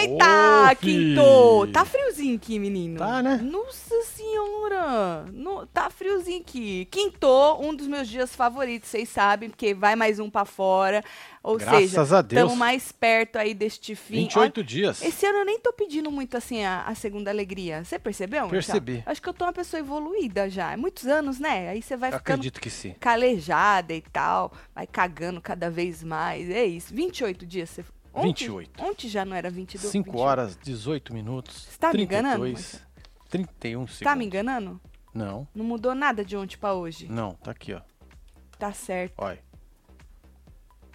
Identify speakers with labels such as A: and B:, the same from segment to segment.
A: Eita,
B: Ô, fi.
A: quinto! Tá friozinho aqui, menino.
B: Tá, né?
A: Nossa senhora! No- tá friozinho aqui. Quinto, um dos meus dias favoritos, vocês sabem, porque vai mais um pra fora. Ou
B: Graças
A: seja,
B: a Deus.
A: estamos mais perto aí deste fim.
B: 28 dias.
A: Olha, esse ano eu nem tô pedindo muito assim a, a segunda alegria. Você percebeu? Marcelo?
B: Percebi.
A: Acho que eu tô uma pessoa evoluída já. É muitos anos, né? Aí você vai ficando
B: Acredito que sim.
A: calejada e tal, vai cagando cada vez mais. É isso. 28 dias você. Ontem,
B: 28.
A: Ontem já não era 22.
B: 5
A: 28.
B: horas, 18 minutos.
A: Você tá me
B: 32,
A: enganando, Marcelo?
B: 31 segundos.
A: Tá me enganando?
B: Não,
A: Não mudou nada de ontem pra hoje.
B: não, tá aqui, ó.
A: Tá certo,
B: Olha.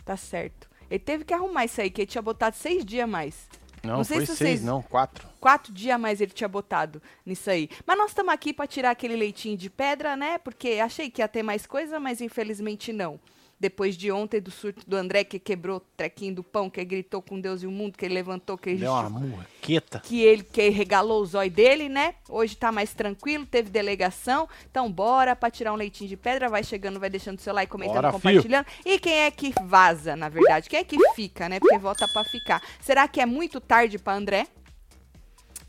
A: tá certo. Ele teve que arrumar isso aí, que ele tinha botado seis dias a mais.
B: Não,
A: Não sei
B: foi
A: se
B: 6,
A: vocês-
B: não, 4.
A: Quatro dias a mais ele tinha botado nisso aí. Mas nós estamos aqui para tirar aquele leitinho de pedra, né? Porque achei que ia ter mais coisa, mas infelizmente não. Depois de ontem do surto do André, que quebrou o trequinho do pão, que gritou com Deus e o mundo, que ele levantou, que ele
B: Deu uma
A: justi-
B: murqueta.
A: que ele que regalou o zóio dele, né? Hoje tá mais tranquilo, teve delegação. Então bora pra tirar um leitinho de pedra, vai chegando, vai deixando seu like, comentando,
B: Bora,
A: compartilhando. E quem é que vaza, na verdade? Quem é que fica, né? Porque volta pra ficar. Será que é muito tarde pra André?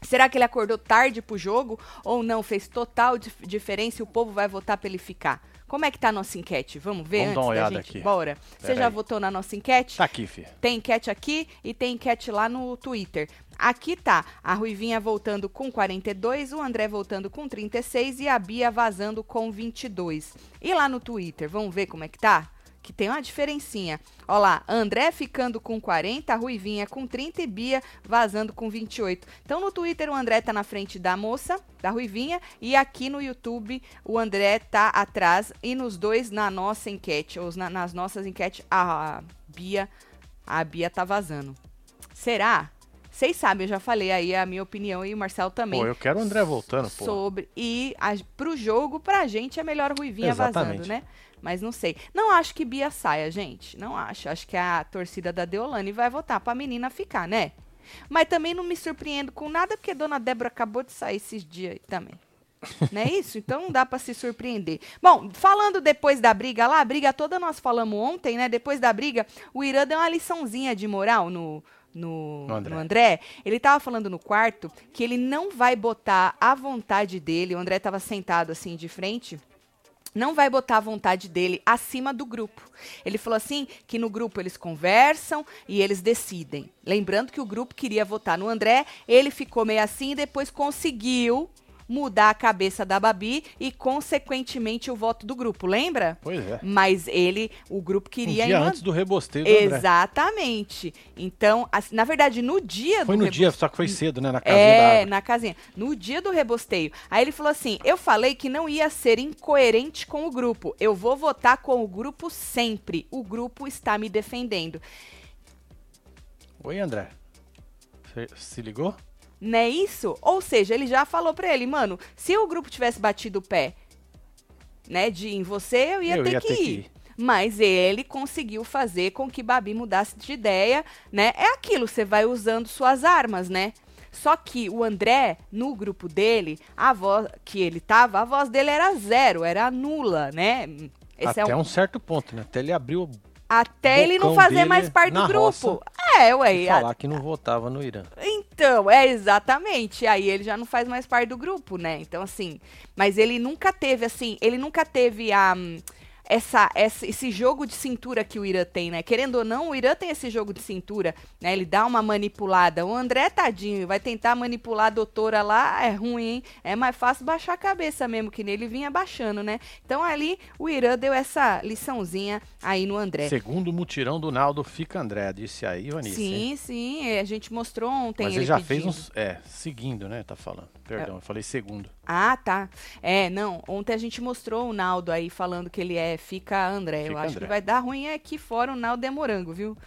A: Será que ele acordou tarde pro jogo ou não fez total dif- diferença e o povo vai votar pra ele ficar? Como é que tá a nossa enquete? Vamos ver
B: Vamos
A: antes
B: dar uma
A: da
B: olhada
A: gente.
B: aqui.
A: Bora. Você
B: Pera
A: já
B: aí.
A: votou na nossa enquete?
B: Tá aqui, filho.
A: Tem enquete aqui e tem enquete lá no Twitter. Aqui tá a Ruivinha voltando com 42, o André voltando com 36 e a Bia vazando com 22. E lá no Twitter, vamos ver como é que tá? Que tem uma diferencinha. Ó lá, André ficando com 40, a Ruivinha com 30 e Bia vazando com 28. Então no Twitter o André tá na frente da moça, da Ruivinha, e aqui no YouTube o André tá atrás e nos dois na nossa enquete, ou na- nas nossas enquetes, a Bia a Bia tá vazando. Será? Vocês sabem, eu já falei aí a minha opinião e o Marcel também.
B: Pô, eu quero o André voltando, pô.
A: Sobre. E a, pro jogo, pra gente, é melhor o Ruivinha vazando,
B: Exatamente.
A: né? Mas não sei. Não acho que Bia saia, gente. Não acho. Acho que a torcida da Deolane vai votar pra menina ficar, né? Mas também não me surpreendo com nada, porque Dona Débora acabou de sair esses dias aí também. Não é isso? Então não dá pra se surpreender. Bom, falando depois da briga lá, a briga toda nós falamos ontem, né? Depois da briga, o Irã deu uma liçãozinha de moral no. No,
B: No André.
A: no André, ele tava falando no quarto que ele não vai botar a vontade dele. O André tava sentado assim de frente não vai botar a vontade dele acima do grupo. Ele falou assim que no grupo eles conversam e eles decidem. Lembrando que o grupo queria votar no André, ele ficou meio assim e depois conseguiu mudar a cabeça da Babi e consequentemente o voto do grupo, lembra?
B: Pois é.
A: Mas ele, o grupo
B: Um
A: queria
B: dia
A: em-
B: antes do rebosteio do André.
A: Exatamente. Então, assim, na verdade, no dia
B: Foi
A: do
B: no
A: rebo-
B: dia, só que foi cedo, né? Na casinha da
A: é,
B: árvore.
A: na casinha. No dia do rebosteio. Aí ele falou assim: eu falei que não ia ser incoerente com o grupo. Eu vou votar com o grupo sempre. O grupo está me defendendo.
B: Oi, André. Você se ligou?
A: Não é isso? Ou seja, ele já falou pra ele, mano, se o grupo tivesse batido o pé, né, de ir em você, eu ia,
B: Eu
A: ter,
B: ia
A: que
B: ter que
A: ir.
B: ir.
A: Mas ele conseguiu fazer com que Babi mudasse de ideia, né? É aquilo, você vai usando suas armas, né? Só que o André, no grupo dele, a voz que ele tava, a voz dele era zero, era nula, né? Esse é
B: Até
A: um-
B: um certo ponto, né? Até ele abriu
A: até ele não
B: bocão
A: fazer
B: dele
A: mais parte do
B: na
A: grupo.
B: roça
A: é, ué.
B: e
A: a-
B: falar que não votava no Irã.
A: então, é exatamente. Aí ele já não faz mais parte do grupo, né? Então, assim. Mas ele nunca teve, assim. Ele nunca teve a. hum, Essa, essa- esse jogo de cintura que o Irã tem, né? Querendo ou não, o Irã tem esse jogo de cintura, né? Ele dá uma manipulada. O André, tadinho, vai tentar manipular a doutora lá, é ruim, hein? É mais fácil baixar a cabeça mesmo, que nele vinha baixando, né? Então ali, o Irã deu essa liçãozinha aí no André.
B: Segundo mutirão do Naldo, fica André. Disse aí, Ivanice.
A: sim,
B: hein?
A: sim, a gente mostrou ontem.
B: Mas
A: ele
B: ele já
A: pedindo. É.
B: fez uns. É, seguindo, né? Tá falando. Perdão, eu falei segundo.
A: Ah, tá. É, não. Ontem a gente mostrou o Naldo aí falando que ele é fica André. Eu
B: Fica
A: acho
B: André.
A: que vai dar ruim aqui fora o Naldo é morango, viu?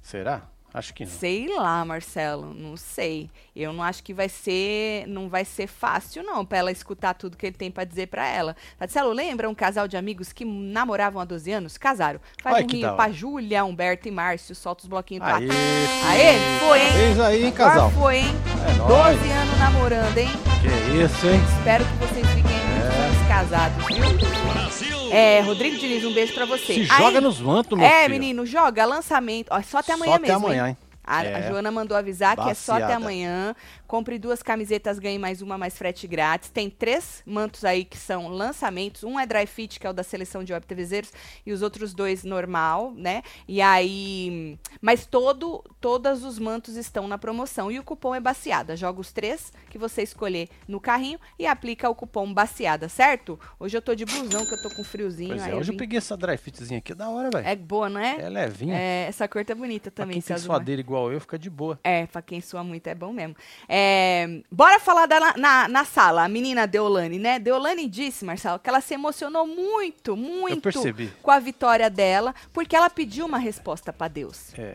B: Será? Acho que não.
A: Sei lá, Marcelo, não sei. Eu não acho que vai ser, não vai ser fácil não para ela escutar tudo que ele tem para dizer para ela. Marcelo, lembra um casal de amigos que namoravam há 12 anos, casaram. Faz
B: Ai,
A: um
B: que da
A: rinho
B: hora.
A: pra Júlia, Humberto e Márcio, solta os bloquinhos do
B: Aê,
A: ato. tá. Aê, foi, hein?
B: Fez aí, hein,
A: Agora
B: casal.
A: foi, hein?
B: É
A: 12
B: nóis.
A: anos namorando, hein?
B: Que isso, hein?
A: Espero que vocês fiquem muitos
B: É.
A: anos casados, viu?
C: Brasil!
A: É, Rodrigo Diniz, um beijo pra você.
B: Se
A: Aí-
B: joga nos mantos, meu
A: É,
B: filho.
A: menino, joga, lançamento. Ó, só até amanhã
B: Só
A: mesmo.
B: até amanhã, hein?
A: A, a
B: É.
A: Joana mandou avisar que é só até
B: Baciada.
A: amanhã. Compre duas camisetas, ganhe mais uma, mais frete grátis. Tem três mantos aí que são lançamentos. Um é dry fit, que é o da seleção de OBTVzeiros, e os outros dois normal, né? E aí... Mas todo, todos os mantos estão na promoção. E o cupom é baciada. Joga os três que você escolher no carrinho e aplica o cupom baciada, certo? Hoje eu tô de blusão, que eu tô com friozinho.
B: Pois
A: aí
B: é,
A: eu
B: hoje eu
A: vim-
B: peguei essa dry fitzinha aqui, da hora, velho.
A: É boa, não é?
B: É, levinha.
A: É, essa cor tá bonita
B: pra
A: também,
B: quem tem
A: Celso Mar-
B: suadeira igual eu, fica de boa.
A: É, pra quem sua muito é bom mesmo. É, bora falar da, na- na, na sala, a menina Deolane, né? Deolane disse, Marcelo, que ela se emocionou muito, muito
B: percebi.
A: com a vitória dela, porque ela pediu uma resposta pra Deus.
B: É.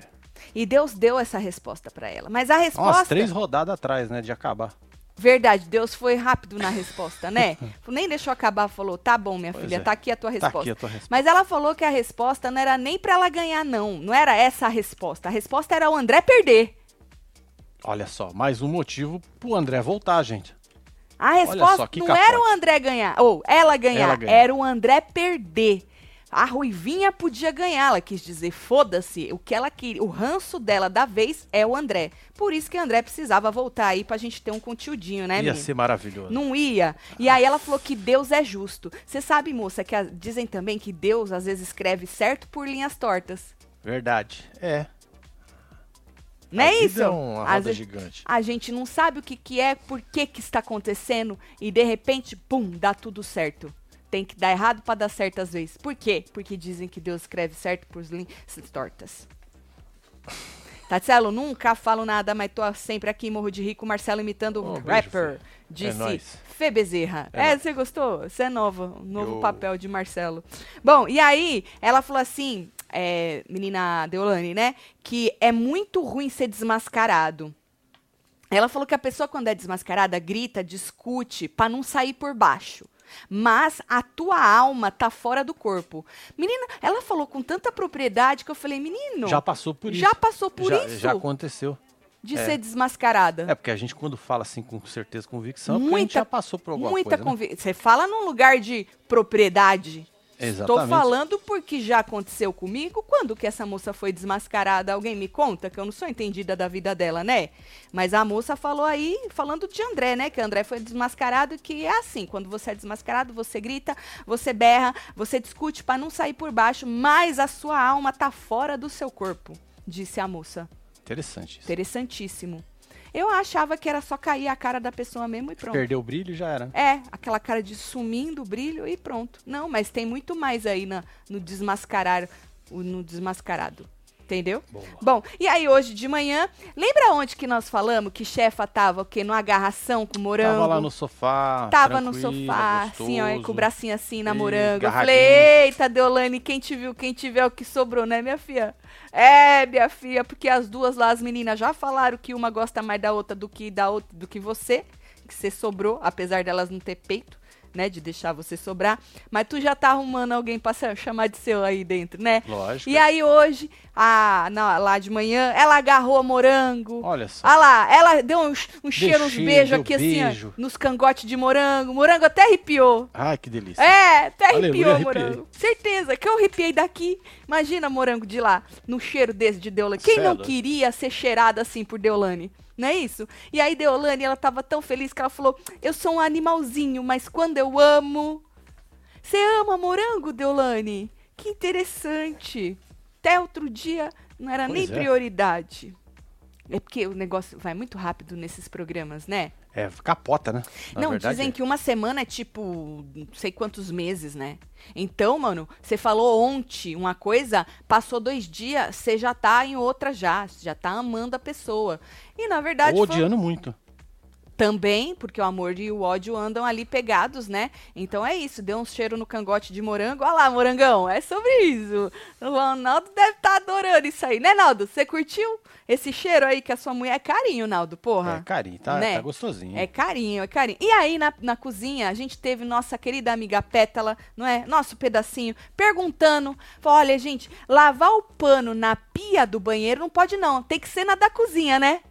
A: E Deus deu essa resposta pra ela. Mas a resposta.
B: Umas três rodadas atrás, né, de acabar.
A: Verdade, Deus foi rápido na resposta, né? Nem deixou acabar, falou: tá bom, minha
B: Pois
A: filha,
B: é.
A: tá aqui a tua
B: Tá
A: resposta.
B: aqui a tua resposta.
A: Mas ela falou que a resposta não era nem pra ela ganhar, não. Não era essa a resposta. A resposta era o André perder.
B: Olha só, mais um motivo pro André voltar, gente.
A: A
B: só
A: resposta
B: que
A: não
B: capote.
A: era o André ganhar, ou ela ganhar,
B: Ela ganhar.
A: era o André perder. A Ruivinha podia ganhar, ela quis dizer, foda-se, o que ela queria, o ranço dela da vez é o André. Por isso que o André precisava voltar aí pra gente ter um conteúdinho, né,
B: Ia
A: menino?
B: ser maravilhoso.
A: Não ia. E aí ela falou que Deus é justo. Você sabe, moça, que a- dizem também que Deus às vezes escreve certo por linhas tortas.
B: Verdade. É.
A: Não
B: A
A: é
B: vida
A: isso?
B: É uma
A: Às
B: roda
A: vezes-
B: gigante.
A: A gente não sabe o que, que é, por que, que está acontecendo e de repente, pum, dá tudo certo. Tem que dar errado para dar certo às vezes. Por quê? Porque dizem que Deus escreve certo por linhas tortas. Tatielo, nunca falo nada, mas tô sempre aqui, morro de rico, Marcelo imitando o
B: Oh, beijo,
A: rapper.
B: filho.
A: Disse
B: nóis.
A: Fê Bezerra.
B: É
A: É,
B: nóis.
A: você gostou? Você é nova. um Novo
B: Eu-
A: papel de Marcelo. Bom, e aí, ela falou assim, é, menina Deolane, né? Que é muito ruim ser desmascarado. Ela falou que a pessoa, quando é desmascarada, grita, discute, pra não sair por baixo. Mas a tua alma tá fora do corpo. Menina, ela falou com tanta propriedade que eu falei, menino,
B: Já passou por isso.
A: já passou por
B: já,
A: isso
B: já aconteceu.
A: de ser desmascarada.
B: É porque a gente, quando fala assim com certeza, convicção, é porque a gente
A: Muita-
B: já passou por alguma
A: Muita
B: coisa. né?
A: convicção. Você fala num lugar de propriedade. Estou
B: Exatamente.
A: falando porque já aconteceu comigo. Quando que essa moça foi desmascarada? Alguém me conta que eu não sou entendida da vida dela, né? Mas a moça falou aí, falando de André, né? Que André foi desmascarado e que é assim. Quando você é desmascarado, você grita, você berra, você discute para não sair por baixo, mas a sua alma tá fora do seu corpo, disse a moça.
B: Interessante. isso.
A: Interessantíssimo. Eu achava que era só cair a cara da pessoa mesmo e pronto.
B: Perdeu o brilho e já era.
A: É, aquela cara de sumindo o brilho e pronto. Não, mas tem muito mais aí na- no desmascarar, o- no desmascarado. Entendeu?
B: Boa.
A: Bom, e aí hoje de manhã, lembra onde que nós falamos que chefa tava o quê? No agarração com morango?
B: Tava lá no sofá.
A: Tava no
B: tranquila,
A: sofá, assim, ó,
B: Ah, gostoso.
A: com o bracinho assim na
B: Ih,
A: morango. Eu
B: agarradinho.
A: falei, eita, Deolane, quem te viu, quem te vê é o que sobrou, né, minha filha? É, minha filha, porque as duas lá, as meninas já falaram que uma gosta mais da outra do que da outra, do que você, que você sobrou, apesar delas não ter peito, né, de deixar você sobrar. Mas tu já tá arrumando alguém pra sa- chamar de seu aí dentro, né?
B: Lógico.
A: E aí hoje, a, na- lá de manhã, ela agarrou morango.
B: Olha só.
A: Ah lá, ela deu uns, uns cheiros, uns
B: cheiro,
A: beijos
B: deu
A: aqui assim,
B: beijo.
A: ó, nos cangotes de morango. Morango até arrepiou.
B: Ai, que delícia.
A: É, até
B: Aleluia,
A: arrepiou,
B: arrepiei.
A: morango. Certeza que eu arrepiei daqui. Imagina morango de lá, no cheiro desse de Deolane. Quem
B: Cê é
A: não
B: doido.
A: queria ser cheirada assim por Deolane? Não é isso? E aí Deolane, ela tava tão feliz que ela falou: Eu sou um animalzinho, mas quando eu amo. Você ama morango, Deolane? Que interessante. Até outro dia não era
B: Pois
A: nem
B: é.
A: prioridade. É porque o negócio vai muito rápido nesses programas, né?
B: É, capota, né? Na
A: não,
B: verdade,
A: dizem
B: é.
A: que uma semana é tipo, não sei quantos meses, né? Então, mano, você falou ontem uma coisa, passou dois dias, você já tá em outra já, você já tá amando a pessoa. E na verdade, foi-
B: Odiando muito.
A: também, porque o amor e o ódio andam ali pegados, né? Então é isso, deu um cheiro no cangote de morango. Olha lá, morangão, é sobre isso. O Ronaldo deve estar tá adorando isso aí, né, Naldo? Você curtiu esse cheiro aí que a sua mulher é carinho, Naldo, porra?
B: É carinho, tá,
A: Né?
B: tá gostosinho.
A: É carinho, é carinho. E aí, na, na cozinha, a gente teve nossa querida amiga Pétala, não é? Nosso pedacinho, perguntando. Falou, olha, gente, lavar o pano na pia do banheiro não pode não. Tem que ser na da cozinha, né?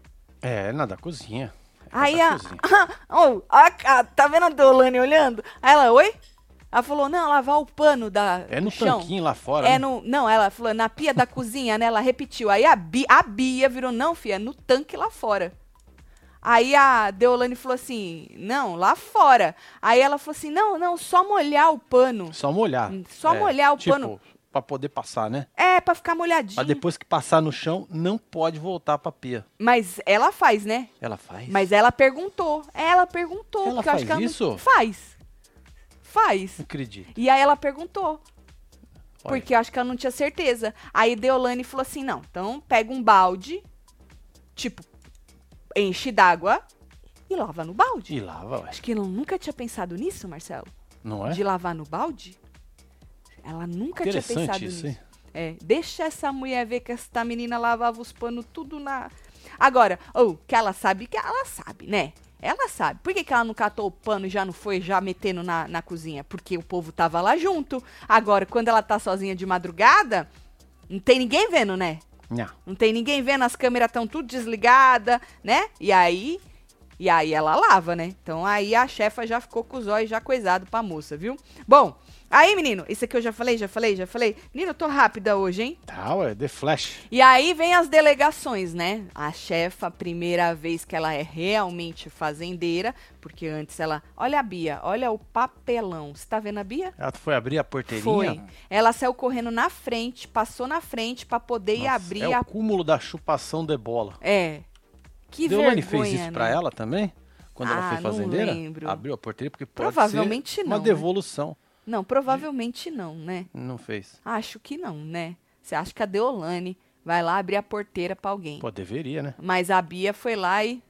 B: É, na da cozinha. É na
A: Aí
B: da
A: a.
B: cozinha.
A: oh, a, a- Tá vendo a Deolane olhando? Aí ela, oi? Ela falou, não, lavar o pano da.
B: É no
A: do chão.
B: tanquinho lá fora.
A: É
B: né?
A: no. Não, ela falou, na pia da cozinha, né? Ela repetiu. Aí a, Bi- a Bia virou, não, filha, é no tanque lá fora. Aí a Deolane falou assim, não, lá fora. Aí ela falou assim, não, não, só molhar o pano.
B: Só molhar.
A: Hum, Só
B: É,
A: molhar o
B: tipo,
A: pano.
B: Pra poder passar, né?
A: É, pra ficar molhadinho.
B: Mas depois que passar no chão, não pode voltar pra pia.
A: Mas ela faz, né?
B: Ela faz.
A: Mas ela perguntou. Ela perguntou.
B: Ela
A: porque eu acho que
B: faz
A: ela não-
B: isso?
A: Faz. Faz.
B: Não acredito.
A: E aí ela perguntou.
B: um Olha.
A: Porque eu acho que ela não tinha certeza. Aí Deolane falou assim: não, então pega um balde, tipo, enche d'água e lava no balde.
B: E lava, ué.
A: Acho que ela nunca tinha pensado nisso, Marcelo.
B: Não é?
A: De lavar no balde? Ela nunca tinha pensado
B: Interessante
A: nisso.
B: isso, hein?
A: É, deixa essa mulher ver que essa menina lavava os panos tudo na. Agora, ou que ela sabe que ela sabe, né? Ela sabe. Por que, que ela não catou o pano e já não foi já metendo na, na cozinha? Porque o povo tava lá junto. Agora, quando ela tá sozinha de madrugada, não tem ninguém vendo, né?
B: Nha.
A: Não tem ninguém vendo, as câmeras estão tudo desligada, né? E aí. E aí ela lava, né? Então aí a chefa já ficou com os olhos já coisado pra moça, viu? Bom, aí, menino, isso aqui eu já falei, já falei, já falei. Menino, eu tô rápida hoje, hein?
B: Tá, ué, The Flash.
A: E aí vem as delegações, né? A chefa, primeira vez que ela é realmente fazendeira, porque antes ela. Olha a Bia, olha o papelão. Você tá vendo a Bia?
B: Ela foi abrir a porteirinha.
A: Foi. Ela saiu correndo na frente, passou na frente pra poder
B: Nossa,
A: abrir
B: é
A: a.
B: o cúmulo da chupação de bola.
A: É. Que
B: Deolane
A: vergonha.
B: fez isso
A: né?
B: pra ela também? Quando
A: Ah,
B: ela foi
A: não
B: fazendeira?
A: lembro.
B: Abriu a porteira porque pode
A: Provavelmente
B: ser
A: não,
B: uma
A: né?
B: devolução.
A: Não, provavelmente não, né?
B: Não fez.
A: Acho que não, né? Você acha que a Deolane vai lá abrir a porteira pra alguém?
B: Pô, deveria, né?
A: Mas a Bia foi lá e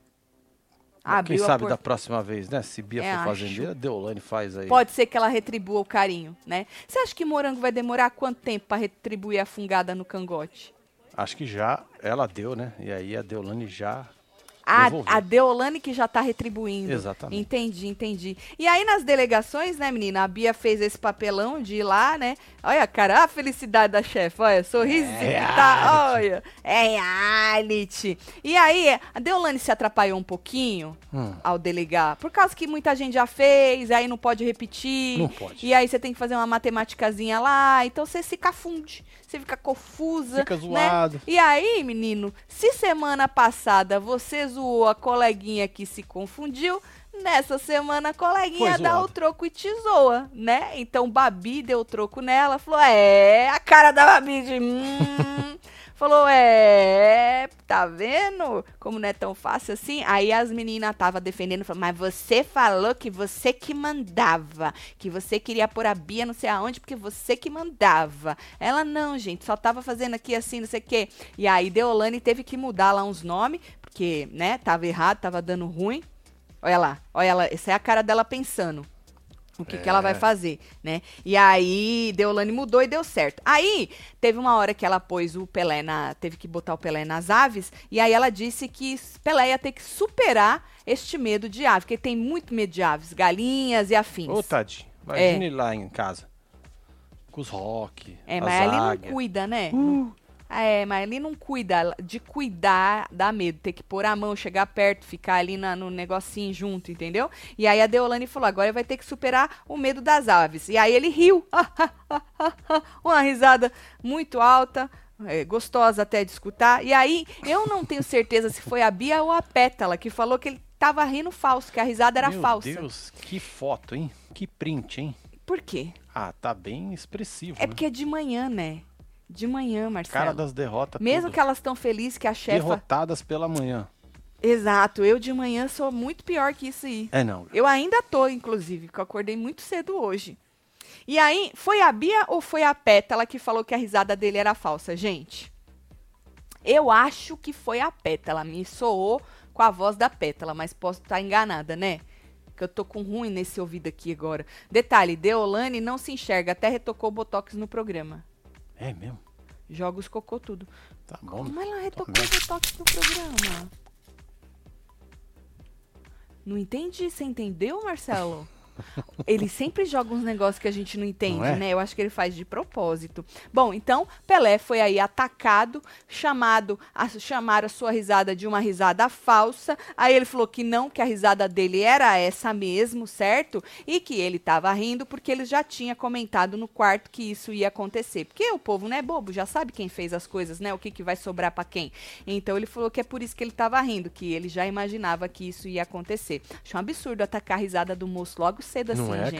A: abriu
B: Quem sabe
A: a
B: da
A: porteira.
B: próxima vez, né? Se Bia
A: É,
B: for
A: acho.
B: fazendeira, Deolane faz aí.
A: Pode ser que ela retribua o carinho, né? Você acha que morango vai demorar quanto tempo pra retribuir a fungada no cangote?
B: Acho que já ela deu, né? E aí a Deolane já.
A: A,
B: Devolveu.
A: a Deolane que já tá retribuindo.
B: Exatamente.
A: Entendi, entendi. E aí nas delegações, né, menina? A Bia fez esse papelão de ir lá, né? Olha, cara, a felicidade da chefe. Olha, sorrisinho
B: É
A: que tá. Olha. É reality. E aí, a Deolane se atrapalhou um pouquinho
B: Hum,
A: ao delegar. Por causa que muita gente já fez, aí não pode repetir.
B: não pode.
A: E aí você tem que fazer uma matemáticazinha lá, então você se cafunde, você fica confusa.
B: Fica
A: né?
B: zoado.
A: E aí, menino, se semana passada você zoou a coleguinha que se confundiu, nessa semana a coleguinha
B: Foi
A: dá o
B: zoado.
A: troco e te zoa, né? Então Babi deu o troco nela, falou: é, a cara da Babi de. Hum. Falou, é, tá vendo como não é tão fácil assim? Aí as meninas estavam defendendo, falando, mas você falou que você que mandava, que você queria pôr a Bia não sei aonde, porque você que mandava. Ela, não, gente, só tava fazendo aqui assim, não sei o quê. E aí Deolane teve que mudar lá uns nomes, porque, né, tava errado, tava dando ruim. Olha lá, olha lá, essa é a cara dela pensando. O que, que ela vai
B: É.
A: fazer, né? E aí, Deolane mudou e deu certo. Aí, teve uma hora que ela pôs o Pelé na. Teve que botar o Pelé nas aves. E aí ela disse que Pelé ia ter que superar este medo de ave, porque tem muito medo de aves, galinhas e afins.
B: Ô, Tadinho, imagine lá em casa. Com os rock.
A: é,
B: as Uh!
A: mas ali não
B: águias.
A: cuida, né? É, mas ali não cuida. De cuidar dá medo. Ter que pôr a mão, chegar perto, ficar ali na- no negocinho junto, entendeu? E aí a Deolane falou: agora vai ter que superar o medo das aves. E aí ele riu. Uma risada muito alta. é, gostosa até de escutar. E aí, eu não tenho certeza se foi a Bia ou a Pétala que falou que ele tava rindo falso, que a risada era
B: Meu
A: falsa.
B: Deus, que foto, hein? Que print, hein?
A: Por quê?
B: Ah, tá bem expressivo,
A: É
B: né?
A: porque é de manhã, né? De manhã, Marcelo.
B: Cara das derrotas.
A: Mesmo
B: Tá tudo.
A: que elas estão felizes que a chefa.
B: Derrotadas pela manhã.
A: Exato, eu de manhã sou muito pior que isso aí.
B: É, não.
A: Eu ainda tô, inclusive, porque eu acordei muito cedo hoje. E aí, foi a Bia ou foi a Pétala que falou que a risada dele era falsa, gente? Eu acho que foi a Pétala, me soou com a voz da Pétala, mas posso estar enganada, né? Que eu tô com ruim nesse ouvido aqui agora. Detalhe, Deolane não se enxerga, até retocou Botox no programa.
B: É mesmo?
A: Joga os cocô tudo.
B: Tá bom.
A: Mas ela retocou
B: Tá mesmo.
A: Botox no programa. Não entendi, você entendeu, Marcelo? Ele sempre joga uns negócios que a gente não entende,
B: Não é?
A: né? Eu acho que ele faz de propósito. Bom, então Pelé foi aí atacado, chamado, a, chamaram a sua risada de uma risada falsa. Aí ele falou que não, que a risada dele era essa mesmo, certo? E que ele tava rindo porque ele já tinha comentado no quarto que isso ia acontecer. Porque o povo não é bobo, já sabe quem fez as coisas, né? O que, que vai sobrar pra quem. Então ele falou que é por isso que ele tava rindo, que ele já imaginava que isso ia acontecer. Acho um absurdo atacar a risada do moço logo cedo assim,
B: Não é,
A: gente.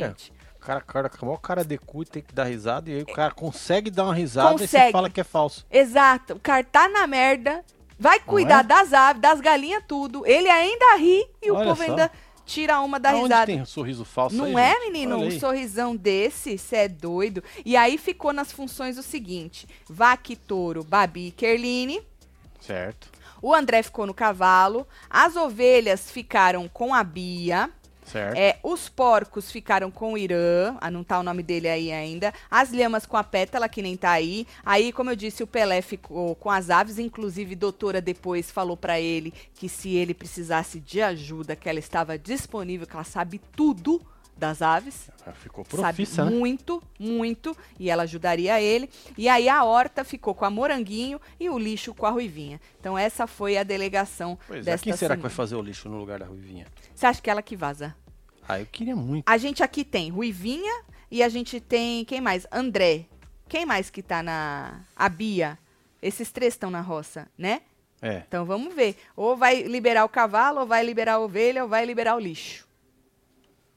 B: cara? O cara, cara, com o maior cara de cu e tem que dar risada, e aí o cara consegue dar uma risada e
A: Consegue.
B: você fala que é falso.
A: Exato. O cara tá na merda, vai cuidar
B: é?
A: das aves, das galinhas, tudo. Ele ainda ri e
B: Olha
A: o povo
B: só.
A: ainda tira uma da
B: Aonde
A: risada.
B: tem um sorriso falso aí,
A: Não é,
B: gente?
A: menino?
B: Olha
A: Um
B: aí.
A: sorrisão desse, cê é doido. E aí ficou nas funções o seguinte: Vaquitoro, Babi e Kerline.
B: Certo,
A: O André ficou no cavalo. As ovelhas ficaram com a Bia.
B: certo.
A: É, os porcos ficaram com o Irã, ah, não tá o nome dele aí ainda. As lhamas com a pétala, que nem tá aí. Aí, como eu disse, o Pelé ficou com as aves, inclusive a doutora depois falou pra ele que se ele precisasse de ajuda, que ela estava disponível, que ela sabe tudo das aves.
B: Ah, Ficou profissa,
A: Sabe
B: né?
A: muito, muito, e ela ajudaria ele. E aí a horta ficou com a Moranguinho e o lixo com a Ruivinha. Então essa foi a delegação
B: Pois é,
A: desta
B: quem será que vai
A: semana.
B: fazer o lixo no lugar da Ruivinha?
A: Você acha que é ela que vaza?
B: Ah, eu queria muito.
A: A gente aqui tem Ruivinha e a gente tem. Quem mais? André. Quem mais que tá na. A Bia. Esses três estão na roça, né?
B: É,
A: Então vamos ver. Ou vai liberar o cavalo, ou vai liberar a ovelha, ou vai liberar o lixo.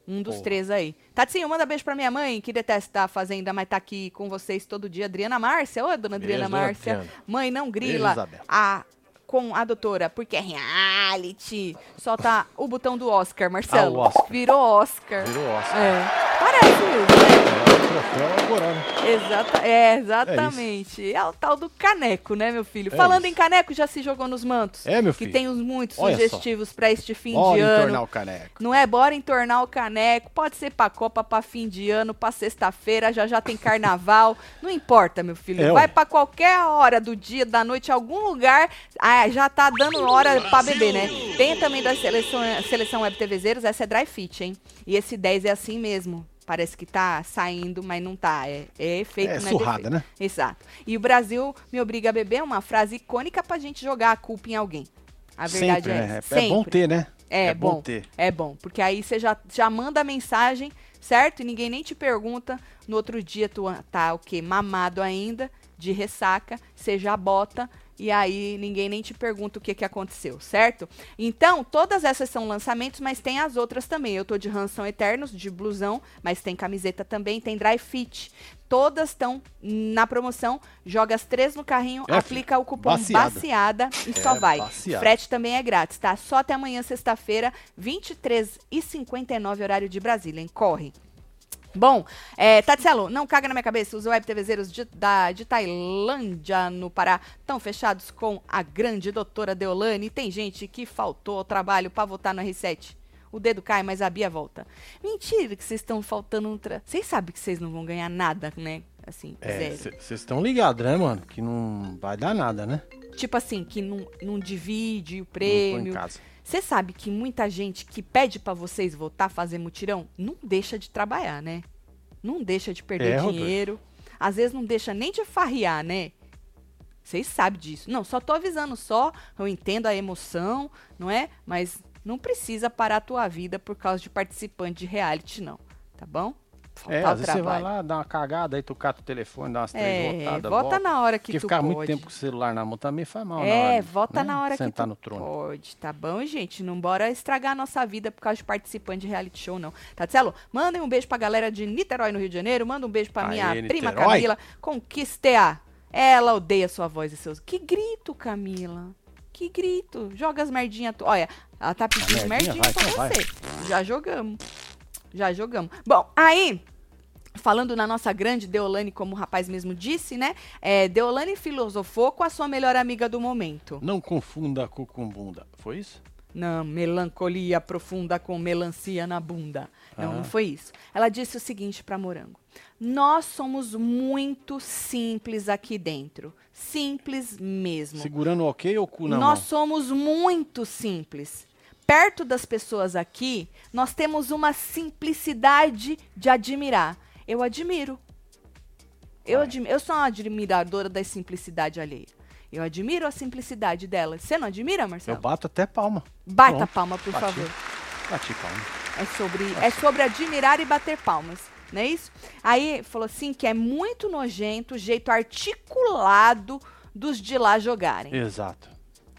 A: Um dos
B: Porra.
A: três aí. Tatinho, manda beijo pra minha mãe, que detesta a fazenda, mas tá aqui com vocês todo dia. Adriana Márcia. Ô, dona
B: Beleza,
A: Adriana
B: dona
A: Márcia.
B: Adriana.
A: Mãe, não
B: Beijo,
A: grila.
B: Isabel.
A: a, com a doutora, porque é reality. Solta o botão do Oscar, Marcelo.
B: Ah, Oscar.
A: Virou Oscar.
B: virou Oscar.
A: É. Parece mesmo,
B: É, o troféu é agora, né?
A: né? Exata, é, exatamente. É, o tal do caneco, né, meu filho?
B: É
A: Falando
B: isso.
A: em caneco, já se jogou nos mantos.
B: É, meu
A: que
B: filho.
A: tem uns muitos
B: Olha só.
A: sugestivos pra este fim de
B: Bora entornar
A: ano.
B: o caneco.
A: Não é? Bora entornar o caneco. Pode ser pra Copa, pra fim de ano, pra sexta-feira, já já tem carnaval. Não importa, meu filho.
B: É,
A: Vai
B: ué.
A: pra qualquer hora do dia, da noite, algum lugar. Ah, já tá dando hora pra beber, né? Tem também da seleção, eh, seleção Web TVzeiros, essa é dry fit, hein? E esse 10 é assim mesmo. Parece que tá saindo, mas não tá. É, é efeito,
B: É
A: não
B: surrada,
A: defeito.
B: né?
A: Exato. E o Brasil me obriga a beber é uma frase icônica pra gente jogar a culpa em alguém. A verdade
B: Sempre,
A: é
B: né?
A: essa.
B: É bom ter, né?
A: É,
B: bom.
A: bom.
B: ter.
A: É bom, porque aí você já, já manda a mensagem, certo? E ninguém nem te pergunta. No outro dia tu tá o quê? Mamado ainda, de ressaca, você já bota e aí ninguém nem te pergunta o que que aconteceu, certo? Então, todas essas são lançamentos, mas tem as outras também. Eu tô de Ranção Eternos, de blusão, mas tem camiseta também, tem dry fit. Todas estão na promoção, joga as três no carrinho,
B: É,
A: aplica o cupom
B: baciada.
A: baciada e só
B: É,
A: vai.
B: baciada.
A: Frete também é grátis, tá? Só até amanhã, sexta-feira, 23h59, horário de Brasília, hein? Corre. Bom, é, Tatselo, não caga na minha cabeça, os web TVzeiros de, da, de Tailândia, no Pará, estão fechados com a grande doutora Deolane. E tem gente que faltou ao trabalho pra votar no R7. O dedo cai, mas a Bia volta. Mentira que vocês estão faltando... um tra- Vocês sabem que vocês não vão ganhar nada, né? Assim,
B: É,
A: zero.
B: vocês estão ligados, né, mano? Que não vai dar nada, né?
A: Tipo assim, que não, não divide o
B: Não tô em
A: prêmio,
B: casa.
A: Você sabe que muita gente que pede pra vocês votar, fazer mutirão, não deixa de trabalhar, né? Não deixa de perder
B: É, Rodolfo.
A: dinheiro. Às vezes não deixa nem de farriar, né? Vocês sabem disso. Não, só tô avisando só, eu entendo a emoção, não é? Mas não precisa parar a tua vida por causa de participante de reality, não. Tá bom?
B: É,
A: ao
B: às vezes você vai lá, dá uma cagada, aí tu cata o telefone, dá umas três
A: É,
B: voltadas,
A: vota na hora que
B: Porque
A: tu
B: ficar
A: pode.
B: muito tempo com o celular na mão também faz mal, na
A: É,
B: hora,
A: vota
B: né?
A: na hora que
B: Sentar
A: tu
B: no trono.
A: Pode, tá bom, gente? Não bora estragar a nossa vida por causa de participante de reality show, não. Tatselo, mandem um beijo pra galera de Niterói, no Rio de Janeiro. Manda um beijo pra
B: Aê,
A: minha prima
B: Niterói.
A: Camila Conquistear. Ela odeia sua voz e seus... Que grito, Camila. Que grito. Joga as merdinhas... Tu... Olha, ela tá pedindo
B: merdinha?
A: merdinha,
B: Vai,
A: pra
B: então vai.
A: você. Já jogamos. Já jogamos. Bom, aí... Falando na nossa grande Deolane, como o rapaz mesmo disse, né? É, Deolane filosofou com a sua melhor amiga do momento.
B: Não confunda cu com bunda. Foi isso?
A: Não, melancolia profunda com melancia na bunda. Não,
B: Ah.
A: não foi isso. Ela disse o seguinte para Morango: Nós somos muito simples aqui dentro. Simples mesmo.
B: Segurando o ok ou o cu na
A: Nós
B: mão?
A: somos muito simples. Perto das pessoas aqui, nós temos uma simplicidade de admirar. Eu admiro. Eu, admi- eu sou uma admiradora da simplicidade alheia. Eu admiro a simplicidade dela. Você não admira,
B: Eu
A: Marcelo?
B: bato até palma.
A: Baita
B: Pronto.
A: palma, por
B: Bati. Tá
A: favor.
B: Bati palma.
A: É sobre, é sobre admirar e bater palmas, não é isso? Aí falou assim que é muito nojento o jeito articulado dos de lá jogarem.
B: Exato.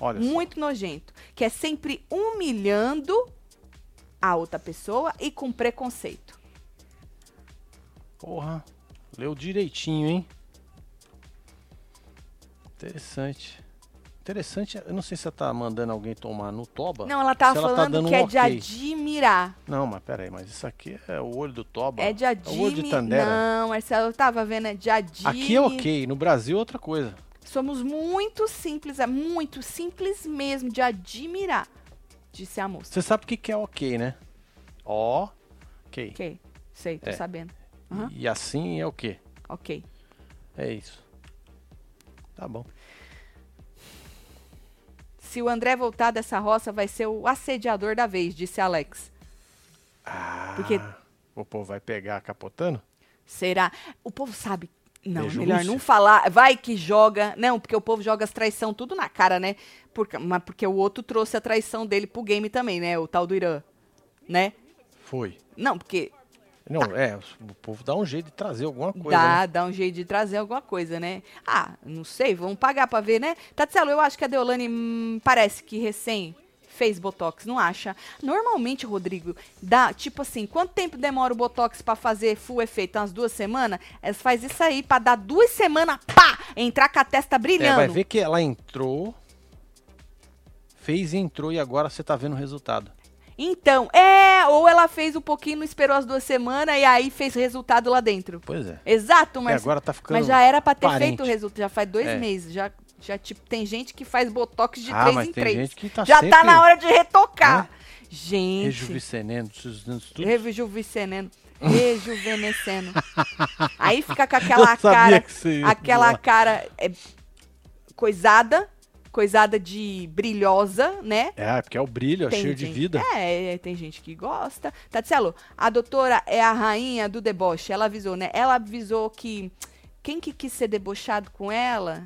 B: Olha só.
A: muito nojento, que é sempre humilhando a outra pessoa e com preconceito.
B: Porra. Leu direitinho, hein? Interessante. Interessante, eu não sei se ela tá mandando alguém tomar no toba.
A: Não, ela tava
B: se ela tá
A: falando
B: dando
A: que
B: um
A: é de
B: ok.
A: admirar.
B: Não, mas peraí, mas isso aqui é o olho do toba.
A: É de
B: É o olho de
A: admirar.
B: Tandera.
A: Não, Marcelo, eu tava vendo, é de admirar.
B: Aqui é ok, no Brasil é outra coisa.
A: Somos muito simples, é muito simples mesmo, de admirar, disse a moça.
B: Você sabe o que que é ok, né? Ó, ok.
A: Ok, sei, tô
B: É.
A: sabendo. Aham.
B: E assim é o quê?
A: Ok.
B: É isso. Tá bom.
A: Se o André voltar dessa roça, vai ser o assediador da vez, disse Alex.
B: Ah,
A: Porque-
B: o povo vai pegar capotando?
A: Será? O povo sabe. Não,
B: Beijo,
A: melhor
B: Lúcia.
A: não falar. Vai que joga. Não, porque o povo joga as traição tudo na cara, né? Porque, mas porque o outro trouxe a traição dele pro game também, né? O tal do Irã. Né?
B: Foi.
A: Não, porque
B: Não, é, o povo dá um jeito de trazer alguma coisa.
A: dá,
B: né?
A: dá um jeito de trazer alguma coisa, né? Ah, não sei, vamos pagar pra ver, né? Tatselo, eu acho que a Deolane hum, parece que recém fez Botox, não acha? Normalmente, Rodrigo, dá, tipo assim, quanto tempo demora o Botox pra fazer full efeito? Umas duas semanas? Elas faz isso aí pra dar duas semanas, pá, entrar com a testa
B: É,
A: brilhando.
B: vai ver que ela entrou, fez e entrou, e agora você tá vendo o resultado.
A: Então, é, ou ela fez um pouquinho, não esperou as duas semanas e aí fez resultado lá dentro.
B: Pois é.
A: Exato,
B: e
A: Marcelo.
B: agora tá ficando.
A: Mas já é era pra ter
B: parente.
A: feito o resultado, já faz dois
B: É.
A: meses. Já, já, tipo, tem gente que faz botox de
B: ah,
A: três
B: mas
A: em
B: tem
A: três.
B: gente que tá
A: já
B: sempre
A: tá na hora de retocar. Gente.
B: rejuvenescendo, esses- tudo.
A: Rejuvenescendo. Rejuvenescendo. Aí fica com aquela
B: Eu sabia
A: cara.
B: que você ia
A: Aquela
B: falar.
A: cara é, coisada. Coisada de brilhosa, né?
B: É, porque é o brilho, é
A: Tem
B: cheio de
A: gente-
B: vida.
A: É, é, tem gente que gosta. Tatselo, a doutora é a rainha do deboche. Ela avisou, né? Ela avisou que quem que quis ser debochado com ela?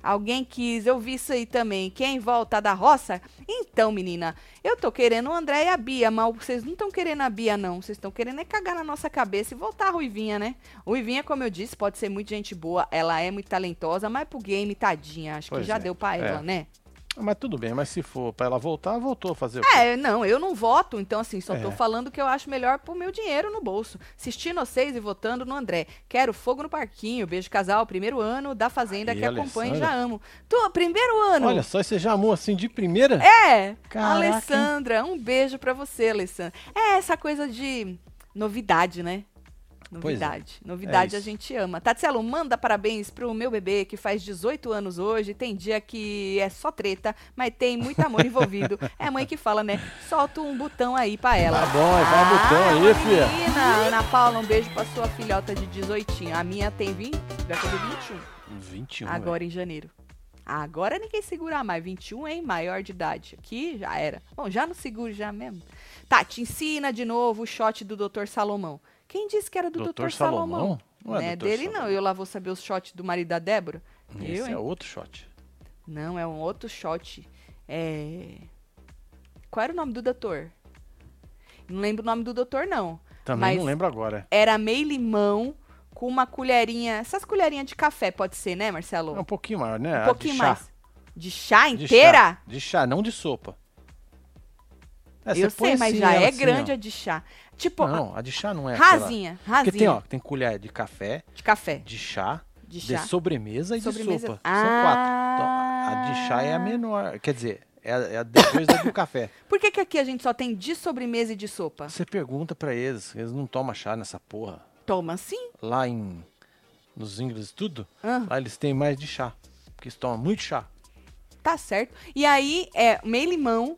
A: Alguém quis, eu vi isso aí também. Quem volta da roça? Então, menina, eu tô querendo o André e a Bia, mas vocês não estão querendo a Bia, não. Vocês estão querendo é cagar na nossa cabeça e voltar a Ruivinha, né? Ruivinha, como eu disse, pode ser muito gente boa, ela é muito talentosa, mas pro game, tadinha, acho
B: Pois
A: que já
B: é,
A: deu pra
B: é.
A: ela, né?
B: Mas tudo bem, mas se for pra ela voltar, voltou a fazer o quê?
A: É, não, eu não voto, então assim, só tô
B: É.
A: falando que eu acho melhor pro meu dinheiro no bolso. Assistindo vocês e votando no André. Quero fogo no parquinho, beijo casal, primeiro ano da Fazenda
B: Aí,
A: que acompanho e já
B: Alessandra.
A: amo. Tu, primeiro ano!
B: Olha só, e você já amou assim de primeira?
A: é!
B: Caraca,
A: Alessandra, um beijo pra você, Alessandra. É essa coisa de novidade, né?
B: Pois é.
A: Novidade. Novidade
B: É
A: a
B: isso.
A: gente ama. Tatselo, manda parabéns pro meu bebê que faz 18 anos hoje. Tem dia que é só treta, mas tem muito amor envolvido. É a mãe que fala, né? Solta um botão aí pra ela.
B: Tá bom, aí vai
A: Ah,
B: botão aí, filha.
A: Menina, Ana Paula, um beijo pra sua filhota de 18. A minha tem 20, vai fazer 21
B: 21.
A: agora em janeiro. Agora ninguém segura mais. 21, hein? Maior de idade. Aqui já era. Bom, já não seguro já mesmo. Tá, te ensina de novo o shot do Dr. Salomão. Quem disse que era é do
B: velho.
A: Dr.
B: Doutor
A: Salomão?
B: Salomão? Não é,
A: Né,
B: Dr.
A: dele
B: Salomão.
A: não. Eu lá vou saber os shots do marido da Débora.
B: Esse
A: eu, hein?
B: é outro shot.
A: Não, é um outro shot. É... Qual era o nome do doutor? Não lembro o nome do doutor, não.
B: Também
A: Mas-
B: não lembro agora.
A: Era meio limão com uma colherinha. Essas colherinhas de café, pode ser, né, Marcelo?
B: É um pouquinho maior, né?
A: Um
B: A
A: pouquinho
B: de chá.
A: mais. De chá
B: De
A: inteira?
B: chá. De chá, não de sopa. É, você
A: Eu
B: põe
A: sei, mas
B: assim
A: já
B: ela
A: é
B: assim,
A: grande
B: ó.
A: a de chá. Tipo,
B: Não, a de chá não é. aquela-
A: rasinha, rasinha.
B: Porque tem, ó, tem colher de café,
A: De café,
B: de chá,
A: de chá.
B: de sobremesa e
A: Sobremesa-
B: de sopa. São quatro. Então,
A: Ah!
B: a de chá é a menor. Quer dizer, é a, é a depois da do café.
A: Por que, que aqui a gente só tem de sobremesa e de sopa?
B: Você pergunta pra eles, eles não tomam chá nessa porra.
A: Toma sim.
B: Lá em. Nos ingleses, tudo,
A: Ah,
B: lá eles têm mais de chá. Porque eles tomam muito chá.
A: tá certo. E aí, é meio limão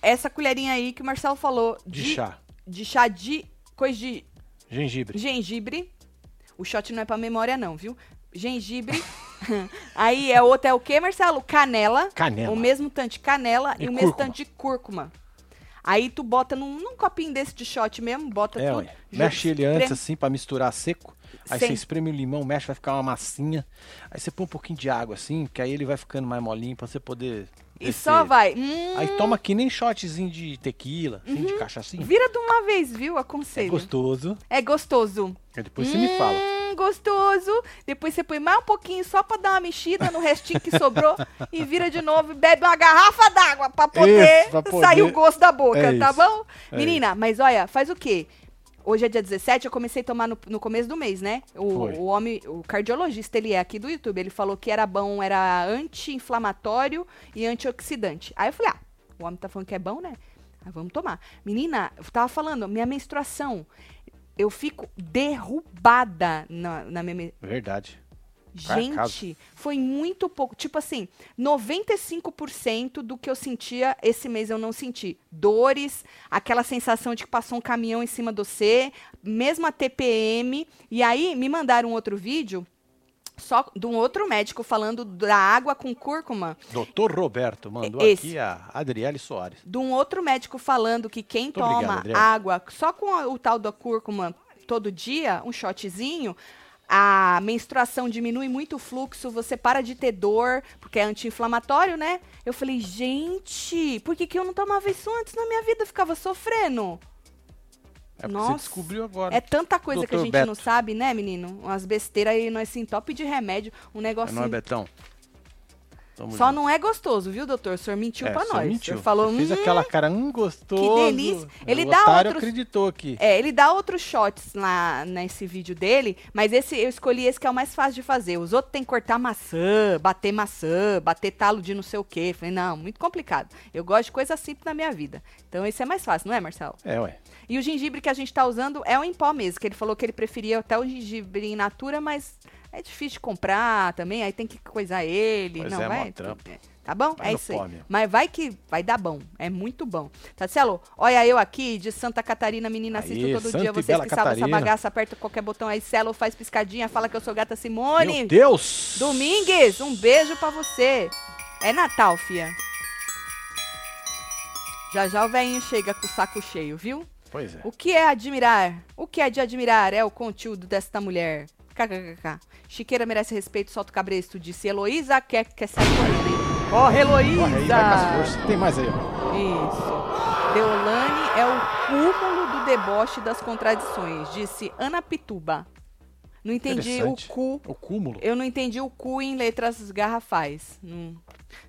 A: essa colherinha aí que o Marcelo falou
B: de, chá.
A: de chá de coisa de
B: Gengibre.
A: gengibre. O shot não é pra memória, não, viu? Gengibre. aí é outro é o quê, Marcelo? Canela.
B: Canela.
A: O mesmo tanto de canela e,
B: E
A: o mesmo
B: cúrcuma.
A: tanto de cúrcuma. Aí tu bota num, num copinho desse de shot mesmo, bota
B: É,
A: Tá tudo.
B: ué.
A: junto,
B: Mexe ele antes
A: espreme.
B: assim pra misturar seco. Aí
A: Sim.
B: você espreme o limão, mexe, vai ficar uma massinha. Aí você põe um pouquinho de água assim, que aí ele vai ficando mais molinho pra você poder.
A: E
B: descer
A: só
B: ele.
A: vai. Hum, Uhum.
B: Aí toma que nem shotzinho de tequila, assim, de cachaçinha.
A: vira de uma vez, viu?
B: É
A: Aconselho.
B: gostoso.
A: É gostoso.
B: Aí depois você me fala.
A: Hum, gostoso. Depois você põe mais um pouquinho só pra dar uma mexida no restinho que sobrou e vira de novo e bebe uma garrafa d'água pra poder,
B: Isso, pra poder.
A: sair o gosto da boca,
B: É
A: tá
B: isso,
A: bom?
B: é
A: Menina, mas olha, faz o quê? Hoje é dia 17, eu comecei a tomar no, no começo do mês, né? O,
B: Foi.
A: o homem, o cardiologista, ele é aqui do YouTube, ele falou que era bom, era anti-inflamatório e antioxidante. Aí eu falei, ah, o homem tá falando que é bom, né? Ah, vamos tomar. Menina, eu tava falando, minha menstruação, eu fico derrubada na, na minha. men-
B: Verdade. Vai,
A: Gente,
B: casa.
A: foi muito pouco. Tipo assim, 95% do que eu sentia esse mês eu não senti. Dores, aquela sensação de que passou um caminhão em cima do C, mesmo a TPM. E aí me mandaram um outro vídeo só de um outro médico falando da água com cúrcuma.
B: Doutor Roberto mandou
A: Esse.
B: aqui a Adriele Soares.
A: de um outro médico falando que quem
B: Muito
A: toma
B: obrigado, Adriana.
A: água só com a- o tal da cúrcuma todo dia, um shotzinho, a menstruação diminui muito o fluxo, você para de ter dor, porque é anti-inflamatório, né? Eu falei, gente, por que, que eu não tomava isso antes na minha vida? Eu ficava sofrendo.
B: É porque
A: Nossa.
B: você descobriu agora.
A: É tanta coisa que a
B: Dr.
A: gente não
B: Beto.
A: sabe, né, menino? Umas besteiras aí, nós se entope de remédio, um
B: É, Não é
A: negocinho.
B: Betão? Tamo
A: só
B: junto.
A: não é gostoso, viu, doutor? O senhor mentiu
B: É,
A: pra
B: só
A: nós. O
B: mentiu.
A: senhor falou,
B: Você fez
A: hum,
B: aquela cara, hum, gostoso.
A: delícia. Ele
B: o
A: dá
B: otário
A: outros-
B: acreditou aqui.
A: É, ele dá outros shots na, nesse vídeo dele, mas esse eu escolhi esse que é o mais fácil de fazer. Os outros tem que cortar maçã, bater maçã, bater talo de não sei o quê. Falei, não, muito complicado. Eu gosto de coisa simples na minha vida. Então esse é mais fácil, não é, Marcelo?
B: É, ué.
A: E o gengibre que a gente tá usando é o em pó mesmo, que ele falou que ele preferia até o gengibre in natura, mas é difícil de comprar também, aí tem que coisar ele.
B: Pois
A: não,
B: é,
A: vai.
B: mó trampo.
A: Tá bom?
B: Vai
A: é
B: no
A: isso aí.
B: pó mesmo.
A: Mas vai que vai dar bom. É muito bom. Tatielo, olha eu aqui de Santa Catarina, menina,
B: Aê,
A: assisto todo
B: Santa
A: dia.
B: e
A: Vocês
B: Bela
A: que sabem essa
B: Catarina.
A: bagaça, aperta qualquer botão aí, Celo, faz piscadinha, fala que eu sou gata Simone.
B: Meu Deus!
A: Domingues, um beijo pra você. É Natal, fia. Já já o velhinho chega com o saco cheio, viu?
B: Pois é.
A: O que é admirar? O que é de admirar é o conteúdo desta mulher. KKKK. Chiqueira merece respeito, solta o cabresto, disse Heloísa, é, quer, quer sair correndo aí. Corre,
B: Corre aí, vai com as
A: Heloísa!
B: forças. Tem mais aí, ó.
A: Isso. Deolane é o cúmulo do deboche das contradições, disse Ana Pituba. Não entendi o
B: Interessante.
A: cu
B: O cúmulo.
A: eu não entendi o cu em letras garrafais. Hum.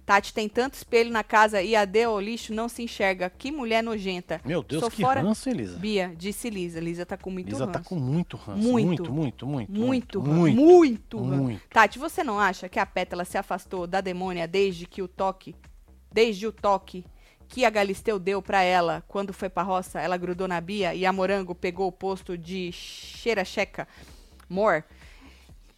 A: Tati tem tanto espelho na casa e a Deo lixo não se enxerga. Que mulher nojenta.
B: Meu Deus,
A: Sou
B: que
A: fora-
B: ranço, hein, Lisa?
A: Bia, disse Lisa. Lisa tá com muito
B: Lisa tá
A: ranço.
B: com muito ranço.
A: Muito.
B: Muito, muito, muito.
A: muito, ranço.
B: muito.
A: muito, ranço.
B: muito.
A: Tati, você não acha que a Pétala se afastou da demônia desde que o toque, desde o toque que a Galisteu deu pra ela quando foi pra roça, ela grudou na Bia e a Morango pegou o posto de cheira checa, mor?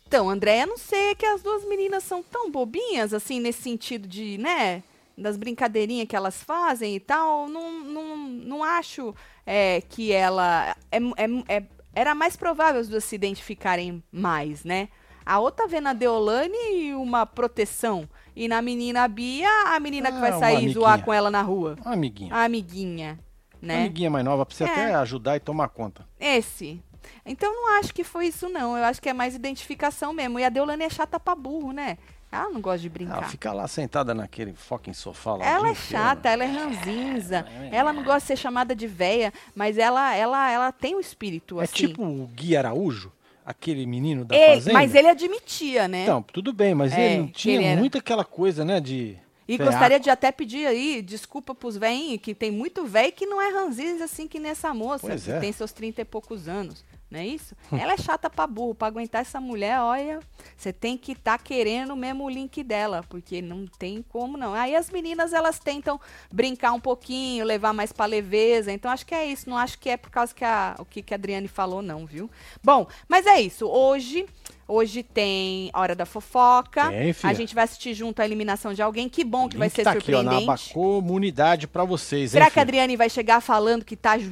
A: Então, Andréia, não sei que as duas meninas são tão bobinhas, assim, nesse sentido de, né, das brincadeirinhas que elas fazem e tal, não, não, não acho é, que ela... é mu- é mu- é- era mais provável as duas se identificarem mais, né? A outra vê na Deolane uma proteção. E na menina Bia, a menina que
B: Ah,
A: vai
B: uma
A: sair
B: amiguinha.
A: zoar com ela na rua.
B: Uma amiguinha.
A: A amiguinha,
B: Uma
A: Ah, né?
B: amiguinha mais nova pra você
A: É.
B: até ajudar e tomar conta.
A: Esse. Então não acho que foi isso, não. Eu acho que é mais identificação mesmo. E a Deolane é chata pra burro, né? Ela não gosta de
B: Ela
A: brincar.
B: fica lá sentada naquele fucking sofá lá. o
A: Ela
B: dia
A: é
B: inteiro,
A: chata,
B: né?
A: ela é ranzinza,
B: É,
A: ela não gosta de ser chamada de véia, mas ela ela, ela tem um espírito
B: É
A: assim.
B: tipo o Gui Araújo, aquele menino da
A: Ei,
B: fazenda.
A: mas ele admitia, né?
B: Então, tudo bem, mas
A: É,
B: ele não
A: que
B: tinha
A: ele era.
B: muito aquela coisa, né, de...
A: E
B: Ferrar.
A: gostaria de até pedir aí desculpa pros veinhos, que tem muito véio que não é ranzinza assim que nessa moça,
B: Pois
A: que
B: é.
A: tem seus 30 e poucos anos, não é isso? Ela é chata pra burro, pra aguentar essa mulher, olha, você tem que estar querendo mesmo o link dela, porque não tem como não. Aí as meninas, elas tentam brincar um pouquinho, levar mais pra leveza, então acho que é isso, não acho que é por causa que a, o que, que a Adriane falou não, viu? Bom, mas é isso, hoje... Hoje tem a Hora da Fofoca.
B: Tem, É, filha.
A: Tá. a gente vai assistir junto a eliminação de alguém. Que bom que vai
B: Link
A: ser
B: tá aqui, ó, na
A: surpreendente.
B: aba comunidade pra vocês, hein,
A: Será que a
B: filha?
A: Adriane vai chegar falando que tá ju-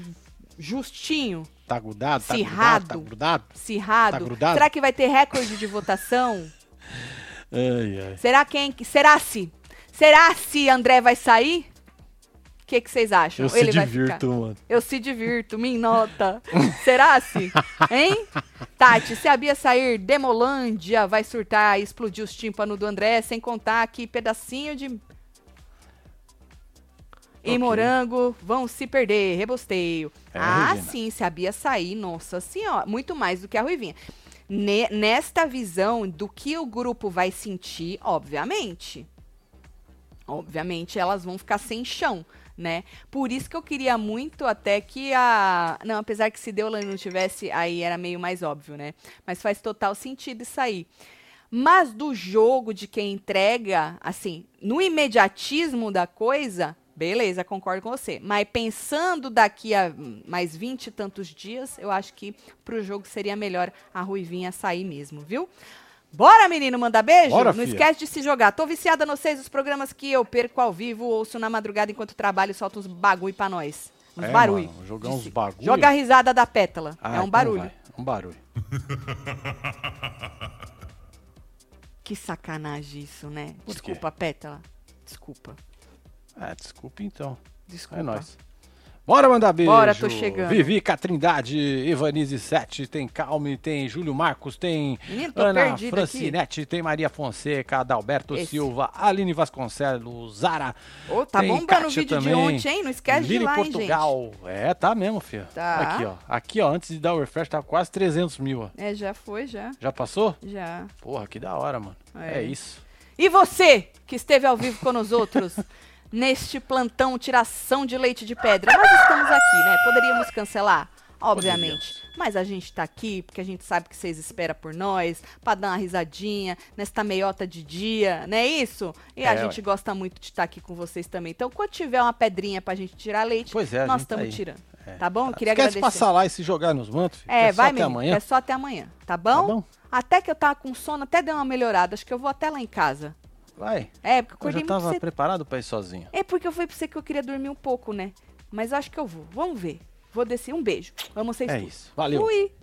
A: justinho,
B: Tá grudado? Tá grudado? Tá
A: Cirrado.
B: grudado?
A: cirrado?
B: Tá grudado?
A: Será que vai ter recorde de votação?
B: Ai, ai.
A: Será quem? Será se? Será se André vai sair? O que que vocês acham?
B: Eu se divirto, mano.
A: Eu se divirto, me nota. Será se? Hein? Tati, se a Bia sair, Demolândia vai surtar e explodir os tímpanos do André, sem contar que pedacinho de. E
B: Ok.
A: morango vão se perder, rebosteio.
B: É,
A: ah,
B: Regina.
A: sim, se a Bia sair, nossa senhora, muito mais do que a Ruivinha. Ne- nesta visão do que o grupo vai sentir, obviamente. Obviamente elas vão ficar sem chão, né? Por isso que eu queria muito até que a. Não, apesar que se Deula não tivesse, aí era meio mais óbvio, né? Mas faz total sentido isso aí. Mas do jogo de quem entrega, assim, no imediatismo da coisa, beleza, concordo com você. Mas pensando daqui a hum, mais 20 e tantos dias, eu acho que pro jogo seria melhor a Ruivinha sair mesmo, viu? Bora, menino, mandar beijo?
B: Bora,
A: não
B: fia.
A: esquece de se jogar. Tô viciada nos seis os programas que eu perco ao vivo, ouço na madrugada enquanto trabalho, solto uns bagulho pra nós. Uns
B: É,
A: barulho.
B: mano, jogar
A: Disse-
B: uns bagulho?
A: Joga a risada da pétala. é
B: Ah,
A: um
B: então
A: barulho.
B: vai, Um barulho.
A: Que sacanagem isso, né?
B: Por quê?
A: Desculpa, Pétala. Desculpa.
B: Ah, desculpa então.
A: Desculpa.
B: É nóis. Bora mandar beijo.
A: Bora, tô chegando.
B: Vivi, Catrindade, Evanize Sete, tem Calme, tem Júlio Marcos, tem
A: Menino, tô
B: Ana
A: perdido
B: Francinete, tem Maria Fonseca, Adalberto
A: Esse.
B: Silva, Aline Vasconcelos, Zara.
A: aqui. Ô, tá
B: tem
A: bombando o
B: Kátia
A: vídeo de
B: também,
A: ontem, hein? Não esquece
B: Lili
A: de ir lá, hein,
B: Portugal. É, tá mesmo, filho.
A: Tá.
B: Aqui, ó. Aqui, ó, antes de dar o refresh, tá quase 300 mil, ó.
A: gente? É, já foi, já.
B: Já passou?
A: Já.
B: Porra, que da hora, mano.
A: É.
B: é isso.
A: E você, que esteve ao vivo com nós outros, neste plantão tiração de leite de pedra. Nós estamos aqui, né? Poderíamos cancelar, obviamente. Mas a gente tá aqui porque a gente sabe que vocês esperam por nós, pra dar uma risadinha nesta meiota de dia, não é isso? E a
B: É,
A: gente gosta muito de estar aqui com vocês também. Então, quando tiver uma pedrinha pra gente tirar leite,
B: Pois é, a
A: nós
B: gente tá
A: estamos
B: aí.
A: tirando. Tá bom? Eu queria
B: Esquece de
A: agradecer.
B: passar lá e se jogar nos mantos, filho.
A: É,
B: só
A: vai,
B: até
A: menino.
B: amanhã.
A: É só até amanhã, tá bom?
B: Tá bom?
A: Até que eu tava com sono, até deu uma melhorada. Acho que eu vou até lá em casa.
B: Vai.
A: É, porque eu
B: Eu
A: acordei
B: já
A: muito
B: tava
A: cedo.
B: preparado pra ir sozinho.
A: É porque eu falei pra você que eu queria dormir um pouco, né? Mas eu acho que eu vou. Vamos ver. Vou descer. Um beijo. Vamos vocês
B: É
A: tudo.
B: isso. Valeu.
A: Fui.